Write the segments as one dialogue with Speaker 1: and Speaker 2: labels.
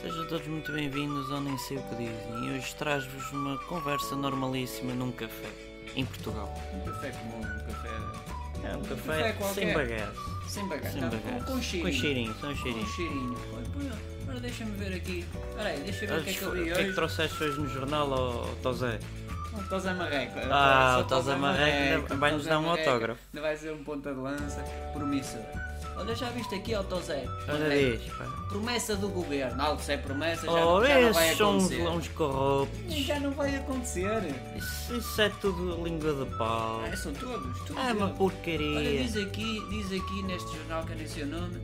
Speaker 1: Sejam todos muito bem-vindos ao Nem Sei O Que Dizem e hoje traz-vos uma conversa normalíssima num café, em Portugal.
Speaker 2: Um café comum, um café
Speaker 1: É, um
Speaker 2: café
Speaker 1: café,
Speaker 2: qualquer.
Speaker 1: sem bagaço.
Speaker 2: sem bagaço,
Speaker 1: Sem
Speaker 2: tá?
Speaker 1: bagaço.
Speaker 2: com cheirinho.
Speaker 1: Com cheirinho, só um
Speaker 2: Com
Speaker 1: cheirinho.
Speaker 2: cheirinho. Olha, pô, Ora, deixa-me ver aqui. Espera aí, deixa eu ver
Speaker 1: Ah,
Speaker 2: o que é que
Speaker 1: o
Speaker 2: eu
Speaker 1: que
Speaker 2: li
Speaker 1: é que
Speaker 2: hoje. Oh,
Speaker 1: trouxeste hoje no jornal, ó, ó, Tozé?
Speaker 2: O Tosa Marreco.
Speaker 1: é Ah,
Speaker 2: Só
Speaker 1: o Tosa Marreco ainda vai nos
Speaker 2: Tosa
Speaker 1: dar um
Speaker 2: Marreco.
Speaker 1: autógrafo.
Speaker 2: Ainda vai ser um ponta de lança promissor. Olha, já viste aqui, ó Tosé?
Speaker 1: Olha diz, pá.
Speaker 2: Promessa do governo. Algo se é promessa, já,
Speaker 1: Oh,
Speaker 2: já não vai
Speaker 1: esses são uns,
Speaker 2: acontecer.
Speaker 1: uns corruptos.
Speaker 2: Já não vai acontecer.
Speaker 1: Isso, isso é tudo língua de pau.
Speaker 2: Ah, são todos, todos
Speaker 1: É uma
Speaker 2: eles. Olha,
Speaker 1: porcaria.
Speaker 2: diz aqui, diz aqui neste jornal que eu nem sei o nome,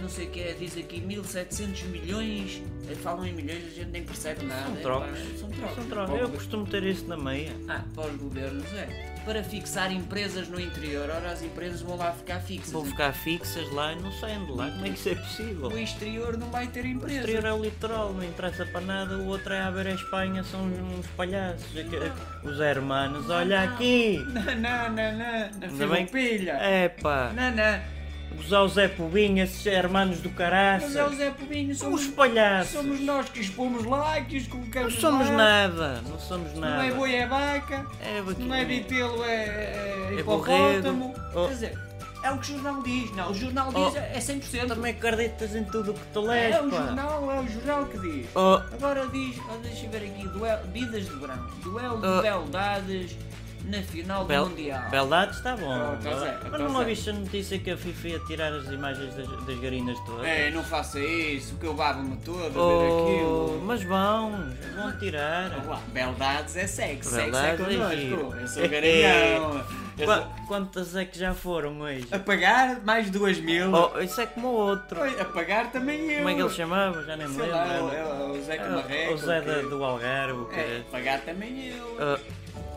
Speaker 2: não sei o que é, diz aqui 1700 milhões, eh, falam em milhões, a gente nem percebe nada.
Speaker 1: São
Speaker 2: é,
Speaker 1: trocos.
Speaker 2: pá, São trocos.
Speaker 1: São trocos. Eu costumo ter isso na meia.
Speaker 2: Ah, para os governos é. Para fixar empresas no interior, ora as empresas vão lá ficar fixas.
Speaker 1: Vão ficar fixas lá e não saem de lá. Como é que isso é possível?
Speaker 2: O exterior não vai ter
Speaker 1: O
Speaker 2: empresas.
Speaker 1: exterior é o litoral, não interessa para nada. O outro é a ver a Espanha, são uns palhaços. É que- Os hermanos, olha aqui!
Speaker 2: Ah, Não, não, não,
Speaker 1: é- Ainda
Speaker 2: não,
Speaker 1: bem
Speaker 2: não,
Speaker 1: que- é.
Speaker 2: pilha.
Speaker 1: Epá!
Speaker 2: Não, não.
Speaker 1: Gozar o Zé Pobinho, esses hermanos do
Speaker 2: Mas é o
Speaker 1: caraças!
Speaker 2: Zé Pobinho,
Speaker 1: Os
Speaker 2: somos,
Speaker 1: palhaços!
Speaker 2: somos nós que os pomos lá, que os
Speaker 1: Não
Speaker 2: colocamos
Speaker 1: somos
Speaker 2: lá.
Speaker 1: nada! Não somos
Speaker 2: Não é
Speaker 1: nada!
Speaker 2: boi, é vaca.
Speaker 1: É aqui-
Speaker 2: Não é vitelo, é, é,
Speaker 1: É
Speaker 2: hipopótamo.
Speaker 1: borrego. Oh.
Speaker 2: Quer dizer, é o que o jornal diz. Não, o jornal
Speaker 1: Oh.
Speaker 2: diz é é 100%.
Speaker 1: Também acreditas em tudo o que tu
Speaker 2: é,
Speaker 1: lês,
Speaker 2: o
Speaker 1: pá!
Speaker 2: jornal, é o jornal que diz.
Speaker 1: Oh,
Speaker 2: Agora diz, oh, deixa eu ver aqui, duel, vidas de verão. Duelo de
Speaker 1: Oh.
Speaker 2: beldades na final
Speaker 1: Bel
Speaker 2: do Mundial.
Speaker 1: Beldades está bom.
Speaker 2: Ah, tá
Speaker 1: Beldades.
Speaker 2: certo,
Speaker 1: Mas
Speaker 2: tá
Speaker 1: não
Speaker 2: certo.
Speaker 1: ouviste a notícia que a FIFA ia tirar as imagens das, das garinas todas?
Speaker 2: É, não faça isso, que eu babo-me todo a ver
Speaker 1: Oh,
Speaker 2: aquilo.
Speaker 1: mas vão, vão tirar.
Speaker 2: Uá, beldades é sexo,
Speaker 1: Beldades é
Speaker 2: sexo é
Speaker 1: giro.
Speaker 2: connosco. Eu sou garanhão. Eu É
Speaker 1: Qua-
Speaker 2: sou-
Speaker 1: Quantas é que já foram hoje?
Speaker 2: A pagar mais duas mil.
Speaker 1: Oh, isso é como o outro.
Speaker 2: Oi, A pagar também eu.
Speaker 1: Como é que ele se chamava? Já nem me
Speaker 2: Sei
Speaker 1: lembro.
Speaker 2: lá, é o-
Speaker 1: Era-
Speaker 2: é o Zé
Speaker 1: era
Speaker 2: Camarreco.
Speaker 1: o Zé da-
Speaker 2: que-
Speaker 1: do Algarve. o
Speaker 2: É,
Speaker 1: caralho.
Speaker 2: pagar também eu.
Speaker 1: Ah,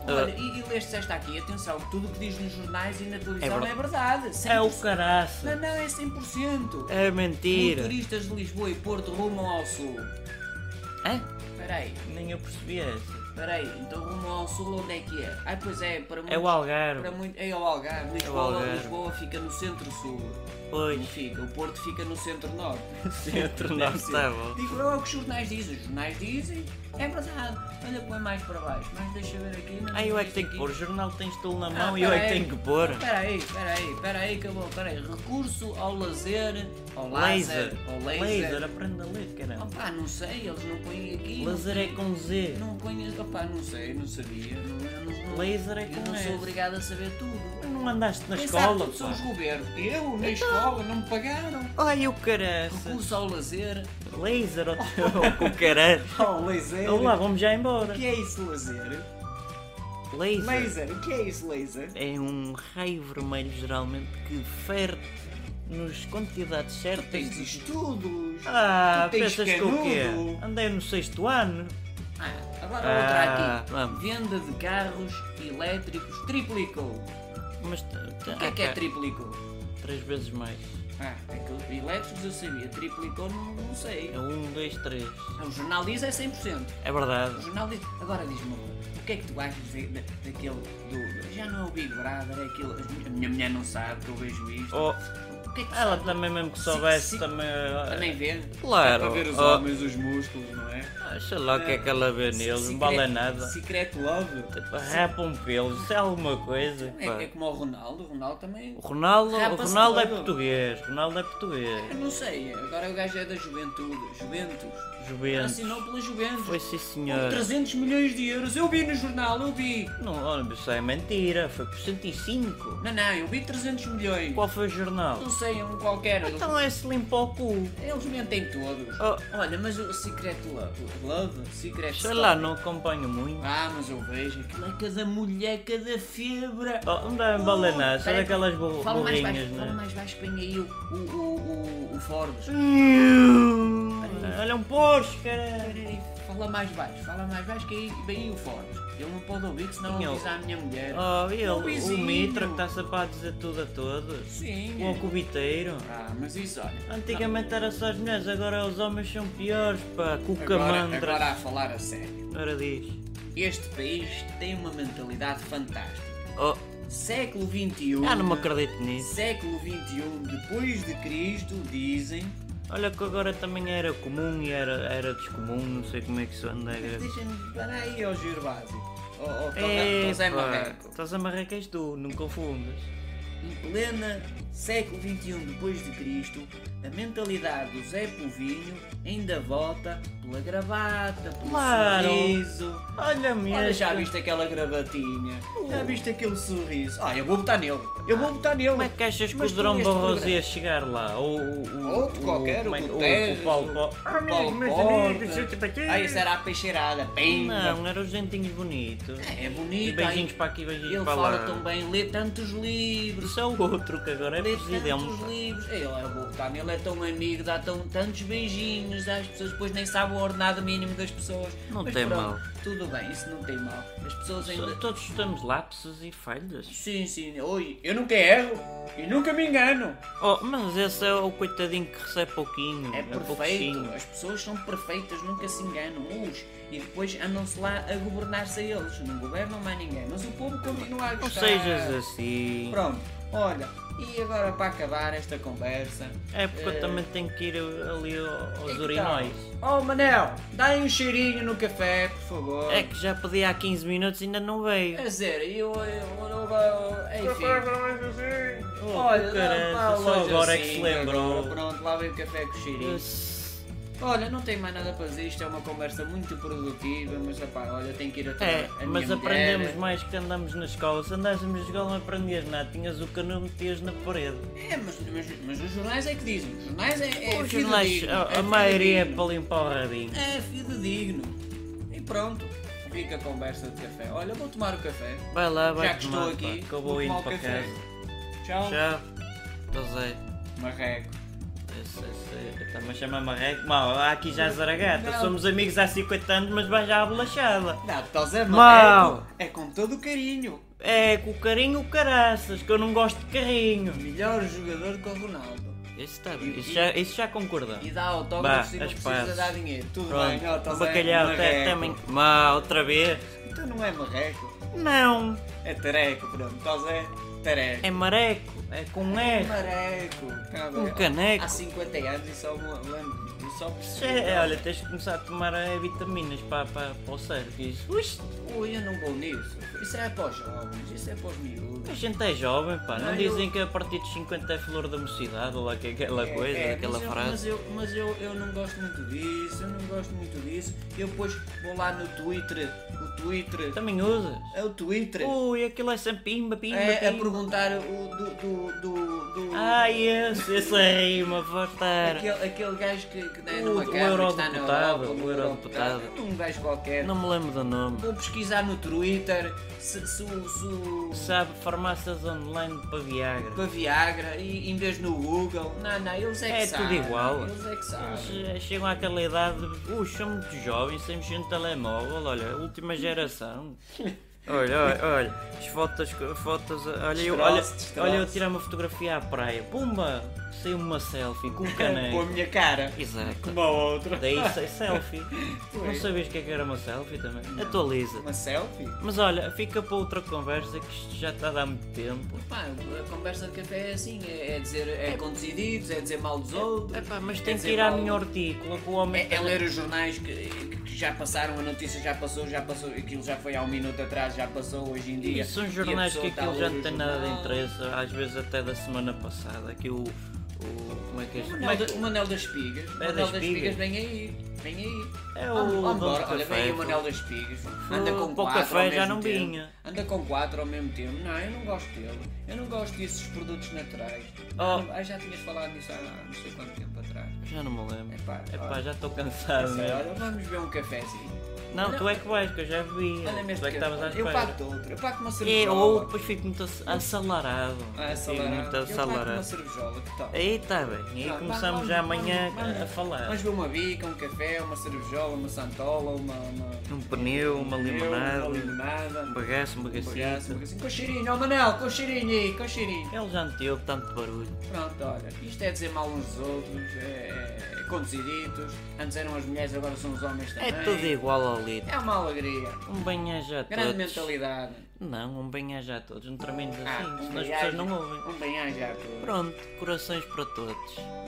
Speaker 2: Olha, e, e leste esta aqui, atenção, tudo o que diz nos jornais e na televisão
Speaker 1: verdade.
Speaker 2: é verdade. 100%.
Speaker 1: é o
Speaker 2: Não,
Speaker 1: caraça.
Speaker 2: não, é 100%.
Speaker 1: É mentira.
Speaker 2: Motoristas de Lisboa e Porto rumam ao sul.
Speaker 1: Hã?
Speaker 2: Espera aí,
Speaker 1: Nem eu percebi essa.
Speaker 2: espera aí, então rumam ao sul onde é que é? Ah, pois é, para muito.
Speaker 1: É o
Speaker 2: Para
Speaker 1: Algarve.
Speaker 2: muito, é o Algarve. Lisboa,
Speaker 1: Algarve.
Speaker 2: Lisboa fica no centro-sul. Não
Speaker 1: Pois.
Speaker 2: fica, o Porto fica no centro-norte.
Speaker 1: Centro
Speaker 2: Deve
Speaker 1: não
Speaker 2: ser.
Speaker 1: está bom.
Speaker 2: Digo eu é o que os jornais dizem. Os jornais dizem, é verdade. Olha, põe mais para baixo. Mas deixa eu ver aqui. mas
Speaker 1: Ah, eu é
Speaker 2: isto
Speaker 1: que tenho que
Speaker 2: aqui-
Speaker 1: pôr. O jornal tem estilo na
Speaker 2: Ah,
Speaker 1: mão e eu é que
Speaker 2: peraí.
Speaker 1: tenho que pôr.
Speaker 2: Espera aí, espera aí, espera aí, que eu vou, espera aí. Recurso ao lazer, ao laser,
Speaker 1: Laser.
Speaker 2: ao laser.
Speaker 1: Laser, aprenda a ler, caramba.
Speaker 2: Opá, não sei, eles não põem aqui.
Speaker 1: Laser
Speaker 2: não
Speaker 1: é com Z.
Speaker 2: Não põem, opá, não sei, não sabia. Não, eu não, não-
Speaker 1: Laser é
Speaker 2: eu
Speaker 1: com
Speaker 2: não sou
Speaker 1: S.
Speaker 2: obrigado a saber tudo.
Speaker 1: Tu não andaste na
Speaker 2: Quem sabe
Speaker 1: escola,
Speaker 2: tudo são os
Speaker 1: pá. Então.
Speaker 2: governos. Eu, na escola, não me pagaram.
Speaker 1: Ai, o caraças.
Speaker 2: Recurso ao laser,
Speaker 1: Laser, ó teu- ó, o caralho.
Speaker 2: ao laser.
Speaker 1: Olá, vamos já embora.
Speaker 2: O que é isso, laser?
Speaker 1: Laser.
Speaker 2: Laser, o que é isso, laser?
Speaker 1: É um raio vermelho, geralmente, que fere nos quantidades
Speaker 2: Tu
Speaker 1: certas.
Speaker 2: tens estudos.
Speaker 1: Ah,
Speaker 2: tu tens
Speaker 1: pensas que o quê?
Speaker 2: canudo.
Speaker 1: Andei no sexto ano.
Speaker 2: Ah, agora outra
Speaker 1: Ah,
Speaker 2: aqui.
Speaker 1: vamos.
Speaker 2: Venda de carros elétricos triplicou.
Speaker 1: Mas... ah,
Speaker 2: O que é que é triplicou?
Speaker 1: Três vezes mais.
Speaker 2: Ah, aqueles elétricos eu sabia, triplicou não, não sei.
Speaker 1: É um, dois, três.
Speaker 2: O jornal diz é 100%.
Speaker 1: É
Speaker 2: O
Speaker 1: verdade.
Speaker 2: jornal diz. um Agora diz-me uma coisa, o que é que tu achas de, de- daquele do. Já não é o Big Brother, é aquele. A minha mulher não sabe que eu vejo isto.
Speaker 1: Oh,
Speaker 2: O que é que tu
Speaker 1: ela também mesmo que soubesse
Speaker 2: Sim, sim.
Speaker 1: também...
Speaker 2: também vê?
Speaker 1: Claro,
Speaker 2: É para ver os
Speaker 1: oh.
Speaker 2: homens, os músculos, não é?
Speaker 1: Ah, Sei lá o que é que ela vê neles, não
Speaker 2: Secret-
Speaker 1: vale nada. Tipo,
Speaker 2: Secret Love?
Speaker 1: Pá, Rapam pelos, isso é alguma coisa. pá.
Speaker 2: É, é como o Ronaldo, o Ronaldo também.
Speaker 1: O Ronaldo, o
Speaker 2: Rapa-se
Speaker 1: Ronaldo é
Speaker 2: todo.
Speaker 1: português, Ronaldo é português.
Speaker 2: Eu não sei, agora o gajo é da juventude. Juventus.
Speaker 1: Juventus.
Speaker 2: Assinou pela Juventus.
Speaker 1: Foi sim senhor.
Speaker 2: Com 300 milhões de euros. Eu vi no jornal, eu vi.
Speaker 1: Não, olha, isso é mentira, foi por 105.
Speaker 2: Não, não, eu vi 300 milhões.
Speaker 1: Qual foi o jornal?
Speaker 2: Não sei, é um qualquer.
Speaker 1: Então é se limpar o cu.
Speaker 2: Eles mentem todos.
Speaker 1: Oh,
Speaker 2: Olha, mas o Secret Love, Love Secret
Speaker 1: sei
Speaker 2: Love.
Speaker 1: lá, não acompanho muito.
Speaker 2: Ah, mas eu vejo aquilo é cada mulher, cada fibra.
Speaker 1: Oh, não dá bala nada, só
Speaker 2: Peraí,
Speaker 1: daquelas bo-
Speaker 2: Fala mais
Speaker 1: borrinhas,
Speaker 2: baixo, fala
Speaker 1: né?
Speaker 2: mais baixo, põe aí o, o, o, o, o Forbes.
Speaker 1: Olha um Porsche, caralho.
Speaker 2: Peraí, Fala mais baixo, fala mais baixo que aí vem aí o Forbes. Ele não pode ouvir, que senão
Speaker 1: Quem é o-
Speaker 2: avisa a minha mulher.
Speaker 1: Oh, e ele,
Speaker 2: O
Speaker 1: o
Speaker 2: Um vizinho.
Speaker 1: Mitra que está sempre a dizer tudo a todos.
Speaker 2: Sim.
Speaker 1: O Alcubiteiro.
Speaker 2: Ah, mas isso, olha.
Speaker 1: Antigamente era só as mulheres, agora os homens são piores, pá.
Speaker 2: Agora,
Speaker 1: Cucamandra.
Speaker 2: agora a falar a sério.
Speaker 1: Ora diz.
Speaker 2: Este país tem uma mentalidade fantástica.
Speaker 1: Oh,
Speaker 2: Século um, XXI.
Speaker 1: ah, não me acredito nisso.
Speaker 2: um, Século XXI, depois de Cristo, dizem
Speaker 1: Olha que agora também era comum e era, era descomum, não sei como é que se anda.
Speaker 2: Mas
Speaker 1: a-
Speaker 2: Deixa-me parar aí ao giro básico. Ou oh,
Speaker 1: Epá,
Speaker 2: José Marreco.
Speaker 1: Estás a marrecas tu, não confundas.
Speaker 2: Em plena século XXI depois de Cristo, a mentalidade do Zé Povinho ainda volta pela gravata, pelo
Speaker 1: Claro.
Speaker 2: sorriso.
Speaker 1: Olha mesmo.
Speaker 2: Olha, já viste aquela gravatinha? Já viste aquele sorriso? Ah, eu vou botar nele. Eu vou botar nele.
Speaker 1: Como é que achas que
Speaker 2: Mas
Speaker 1: o
Speaker 2: tu
Speaker 1: Drão
Speaker 2: neste
Speaker 1: Barroso
Speaker 2: programa-
Speaker 1: ia chegar lá? Ou o. o-
Speaker 2: Outro
Speaker 1: o-
Speaker 2: qualquer,
Speaker 1: como é que-
Speaker 2: o
Speaker 1: ou
Speaker 2: Guterres,
Speaker 1: o Paulo
Speaker 2: o-
Speaker 1: Paulo. Ah,
Speaker 2: Paulo
Speaker 1: meus
Speaker 2: Porta.
Speaker 1: amigos, eu tipo te bati.
Speaker 2: Ah, isso era a peixeirada. Bem.
Speaker 1: tá Não, eram os dentinhos bonitos.
Speaker 2: É
Speaker 1: E
Speaker 2: bonito.
Speaker 1: beijinhos
Speaker 2: ai,
Speaker 1: para aqui, beijinhos
Speaker 2: Ele
Speaker 1: para
Speaker 2: fala
Speaker 1: lá.
Speaker 2: tão bem, lê tantos livros.
Speaker 1: Isso é o outro que agora é
Speaker 2: Lê
Speaker 1: presidente.
Speaker 2: tantos livros. Ele é bom, tá? ele é tão amigo, dá tão, tantos beijinhos às pessoas, depois nem sabe o ordenado mínimo das pessoas.
Speaker 1: Não
Speaker 2: Mas
Speaker 1: tem
Speaker 2: pronto,
Speaker 1: mal.
Speaker 2: Tudo bem, isso não tem mal. As pessoas ainda.
Speaker 1: Só- Todos temos lapsos e falhas.
Speaker 2: Sim, sim, oi, eu nunca erro e nunca me engano.
Speaker 1: Oh, mas esse é o coitadinho que recebe pouquinho.
Speaker 2: É perfeito,
Speaker 1: um pouquinho.
Speaker 2: as pessoas são perfeitas, nunca se enganam, uns, e depois andam-se lá a governar-se a eles, não governam mais ninguém, mas o povo continua a
Speaker 1: Não
Speaker 2: gostar.
Speaker 1: sejas assim.
Speaker 2: Pronto, olha, e agora para acabar esta conversa...
Speaker 1: É porque
Speaker 2: eh,
Speaker 1: eu também tenho que ir ali ao-
Speaker 2: que tá?
Speaker 1: aos
Speaker 2: tal?
Speaker 1: urinóis.
Speaker 2: Oh Manel, dá um cheirinho no café, por favor.
Speaker 1: É que já pedi há 15 minutos e ainda não veio.
Speaker 2: A dizer, eu... eu, eu, eu enfim...
Speaker 1: Oh,
Speaker 2: Olha,
Speaker 1: caraças,
Speaker 2: lá, lá,
Speaker 1: só
Speaker 2: hoje
Speaker 1: agora é
Speaker 2: assim,
Speaker 1: que se lembrou.
Speaker 2: agora, Pronto, lá vem o café com cheirinho. Olha, não tenho mais nada para dizer, isto é uma conversa muito produtiva, mas rapaz, olha, tenho que ir até
Speaker 1: É,
Speaker 2: a minha
Speaker 1: mas
Speaker 2: mulher.
Speaker 1: aprendemos mais que andamos na escola. Se andares na escola não aprendias nada, tinhas o cano metias na parede.
Speaker 2: É, mas, mas, mas os jornais é que dizem, os jornais é, é
Speaker 1: Os
Speaker 2: fidedigno,
Speaker 1: jornais,
Speaker 2: é
Speaker 1: a, a
Speaker 2: fidedigno.
Speaker 1: maioria é para limpar o rabinho.
Speaker 2: É fidedigno. E pronto, fica a conversa de café. Olha, vou tomar o café,
Speaker 1: Vai lá, vai
Speaker 2: já que
Speaker 1: tomar,
Speaker 2: estou aqui,
Speaker 1: pá, que eu
Speaker 2: vou
Speaker 1: vou indo
Speaker 2: tomar o
Speaker 1: para
Speaker 2: café.
Speaker 1: casa.
Speaker 2: Tchau.
Speaker 1: Tchau. Então Zé,
Speaker 2: Marreco.
Speaker 1: esse- esse- está-me a chamar Marreco. Mal, há aqui já Zaragata.
Speaker 2: Não.
Speaker 1: Somos amigos há 50 anos, mas vai já à bolachada.
Speaker 2: Não, estás a
Speaker 1: Mau.
Speaker 2: Marreco. É com todo o carinho.
Speaker 1: É, com o carinho, o caraças, que eu não gosto de carrinho.
Speaker 2: Melhor jogador que o Ronaldo.
Speaker 1: Isso está bem, isso já, isso já concordamos.
Speaker 2: E dá
Speaker 1: Bah,
Speaker 2: autógrafos e não
Speaker 1: as
Speaker 2: precisa
Speaker 1: pazes.
Speaker 2: dar dinheiro. Tudo
Speaker 1: Pronto,
Speaker 2: bem, ó, estás
Speaker 1: o
Speaker 2: a
Speaker 1: bacalhau até
Speaker 2: Marreco.
Speaker 1: também. Má, outra vez?
Speaker 2: Então não é marreco,
Speaker 1: Não,
Speaker 2: é tareco, pronto. Estás é tareco.
Speaker 1: é mareco, é com R.
Speaker 2: Mareco. Tá bem.
Speaker 1: Um caneco.
Speaker 2: Há 50 anos e só me lembro. e só
Speaker 1: Isso
Speaker 2: percebi.
Speaker 1: É, olha, tens de começar a tomar eh, vitaminas para, para, para o cérebro. que Isso. Ux,
Speaker 2: Ui, eu não vou nisso. Isso é para os jovens, isso é para os miúdos.
Speaker 1: a gente é jovem, pá. Não,
Speaker 2: Não, eu-
Speaker 1: dizem que a partir dos 50 é flor da mocidade, ou lá que é aquela
Speaker 2: É,
Speaker 1: coisa,
Speaker 2: é,
Speaker 1: aquela
Speaker 2: mas eu-
Speaker 1: frase.
Speaker 2: mas eu, mas eu, eu não gosto muito disso, eu não gosto muito disso. Eu depois vou lá no Twitter, o Twitter,
Speaker 1: Também usas?
Speaker 2: é o Twitter,
Speaker 1: Ui, aquilo é sempre pimba, pimba,
Speaker 2: é, a
Speaker 1: pimba.
Speaker 2: perguntar o do. do, do, do-
Speaker 1: Ai, esse, esse é rima, fartar.
Speaker 2: Aquele, aquele gajo que, que é
Speaker 1: O-
Speaker 2: numa
Speaker 1: o
Speaker 2: câmara, que está na
Speaker 1: eurodeputado,
Speaker 2: Europa,
Speaker 1: o eurodeputado.
Speaker 2: um gajo qualquer.
Speaker 1: Não me lembro do nome.
Speaker 2: Vou pesquisar no Twitter se, se, o- se o-
Speaker 1: Sabe, farmácias online para Viagra.
Speaker 2: para Viagra e em vez no Google. Não, não, eles é que
Speaker 1: É tudo
Speaker 2: sabem.
Speaker 1: igual.
Speaker 2: Eles é que sabem.
Speaker 1: Eles, eh, Chegam àquela idade, ui, são muito jovens, sempre mexer no telemóvel, olha, última geração. Olha, olha, olha, as fotos, que- fotos olha, eu, olha,
Speaker 2: Destroço, destroço.
Speaker 1: olha eu tirar uma fotografia à praia, pumba, saiu uma selfie com um
Speaker 2: Com a
Speaker 1: caneco.
Speaker 2: minha cara.
Speaker 1: Exato,
Speaker 2: Como a outra.
Speaker 1: daí sei selfie.
Speaker 2: Ué.
Speaker 1: Não sabias o que é que era uma selfie também? Atualiza.
Speaker 2: Uma selfie?
Speaker 1: Mas olha, fica para outra conversa que isto já está a dar muito tempo.
Speaker 2: Pá, a conversa de café é assim, é, é dizer, é, com decididos, é dizer mal dos outros.
Speaker 1: Epá, mas
Speaker 2: é
Speaker 1: tem que
Speaker 2: dizer
Speaker 1: ir à
Speaker 2: mal-
Speaker 1: minha hortícola, que o homem
Speaker 2: É, é ler os jornais que, que já passaram, a notícia já passou, já passou, aquilo já foi há um minuto atrás, já passou hoje em dia.
Speaker 1: E são
Speaker 2: a
Speaker 1: jornais
Speaker 2: pessoa
Speaker 1: que
Speaker 2: tá está a
Speaker 1: aquilo já
Speaker 2: ler
Speaker 1: não
Speaker 2: o
Speaker 1: tem nada de
Speaker 2: jornal.
Speaker 1: interesse, às vezes até da semana passada, que o. o como é que é
Speaker 2: O
Speaker 1: isto?
Speaker 2: Manel, da- o Manel das Espigas. O
Speaker 1: É
Speaker 2: Manel
Speaker 1: das
Speaker 2: das
Speaker 1: Espigas.
Speaker 2: Espigas vem aí. Vem aí.
Speaker 1: É
Speaker 2: Vamos-
Speaker 1: o
Speaker 2: vamos
Speaker 1: dono
Speaker 2: embora.
Speaker 1: do
Speaker 2: Ah, Olha, vem aí o
Speaker 1: café,
Speaker 2: Manel das Espigas. Anda com
Speaker 1: Para o
Speaker 2: quatro
Speaker 1: café
Speaker 2: ao
Speaker 1: já
Speaker 2: mesmo
Speaker 1: não
Speaker 2: tempo.
Speaker 1: vinha.
Speaker 2: Anda com quatro ao mesmo tempo. Não, eu não gosto dele. Eu não gosto desses produtos naturais.
Speaker 1: Oh.
Speaker 2: Ah, já tinhas falado nisso há não sei quanto tempo atrás.
Speaker 1: Já não me lembro.
Speaker 2: Epá,
Speaker 1: Epá,
Speaker 2: olha.
Speaker 1: já estou cansado mesmo.
Speaker 2: Olha, vamos ver um cafezinho.
Speaker 1: Não,
Speaker 2: Olha-
Speaker 1: tu é que vais, que eu já vi.
Speaker 2: Olha mesmo
Speaker 1: Tu é que estavas à
Speaker 2: Eu
Speaker 1: espera.
Speaker 2: pago outro. Eu pago uma
Speaker 1: É, ou
Speaker 2: cervejola.
Speaker 1: depois fico muito ass- assalarado.
Speaker 2: Ah,
Speaker 1: Fico muito
Speaker 2: acelerado. Eu pago uma
Speaker 1: assalarado.
Speaker 2: cervejola. Que tal?
Speaker 1: Aí está bem, aí
Speaker 2: Ah,
Speaker 1: começamos
Speaker 2: vamos-
Speaker 1: já amanhã
Speaker 2: vamos- vamos-
Speaker 1: a falar.
Speaker 2: Vamos ver uma bica, um café, uma cervejola, uma santola, uma. uma
Speaker 1: Um pneu, uma
Speaker 2: um pneu,
Speaker 1: limonada,
Speaker 2: Uma
Speaker 1: um
Speaker 2: limonada. Um
Speaker 1: bagaço, um
Speaker 2: bagaço, um
Speaker 1: bagacito.
Speaker 2: bagacinho. Com cheirinho, ó Manel, com cheirinho aí, com cheirinho.
Speaker 1: Ele já meteu tanto barulho.
Speaker 2: Pronto, olha, isto é dizer mal uns dos outros, é, é conduziditos, antes eram as mulheres, agora são os homens também.
Speaker 1: É tudo igual ao litro.
Speaker 2: É uma alegria.
Speaker 1: Um bem-aja a todos.
Speaker 2: Grande mentalidade.
Speaker 1: Não, um bem-aja a todos. Não termines assim,
Speaker 2: Ah, um
Speaker 1: senão as
Speaker 2: bem-aja.
Speaker 1: pessoas não ouvem.
Speaker 2: Um bem já tudo.
Speaker 1: Pronto, corações para todos.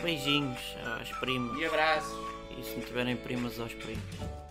Speaker 1: Beijinhos às primas.
Speaker 2: E abraços.
Speaker 1: E se não tiverem primas, aos primos.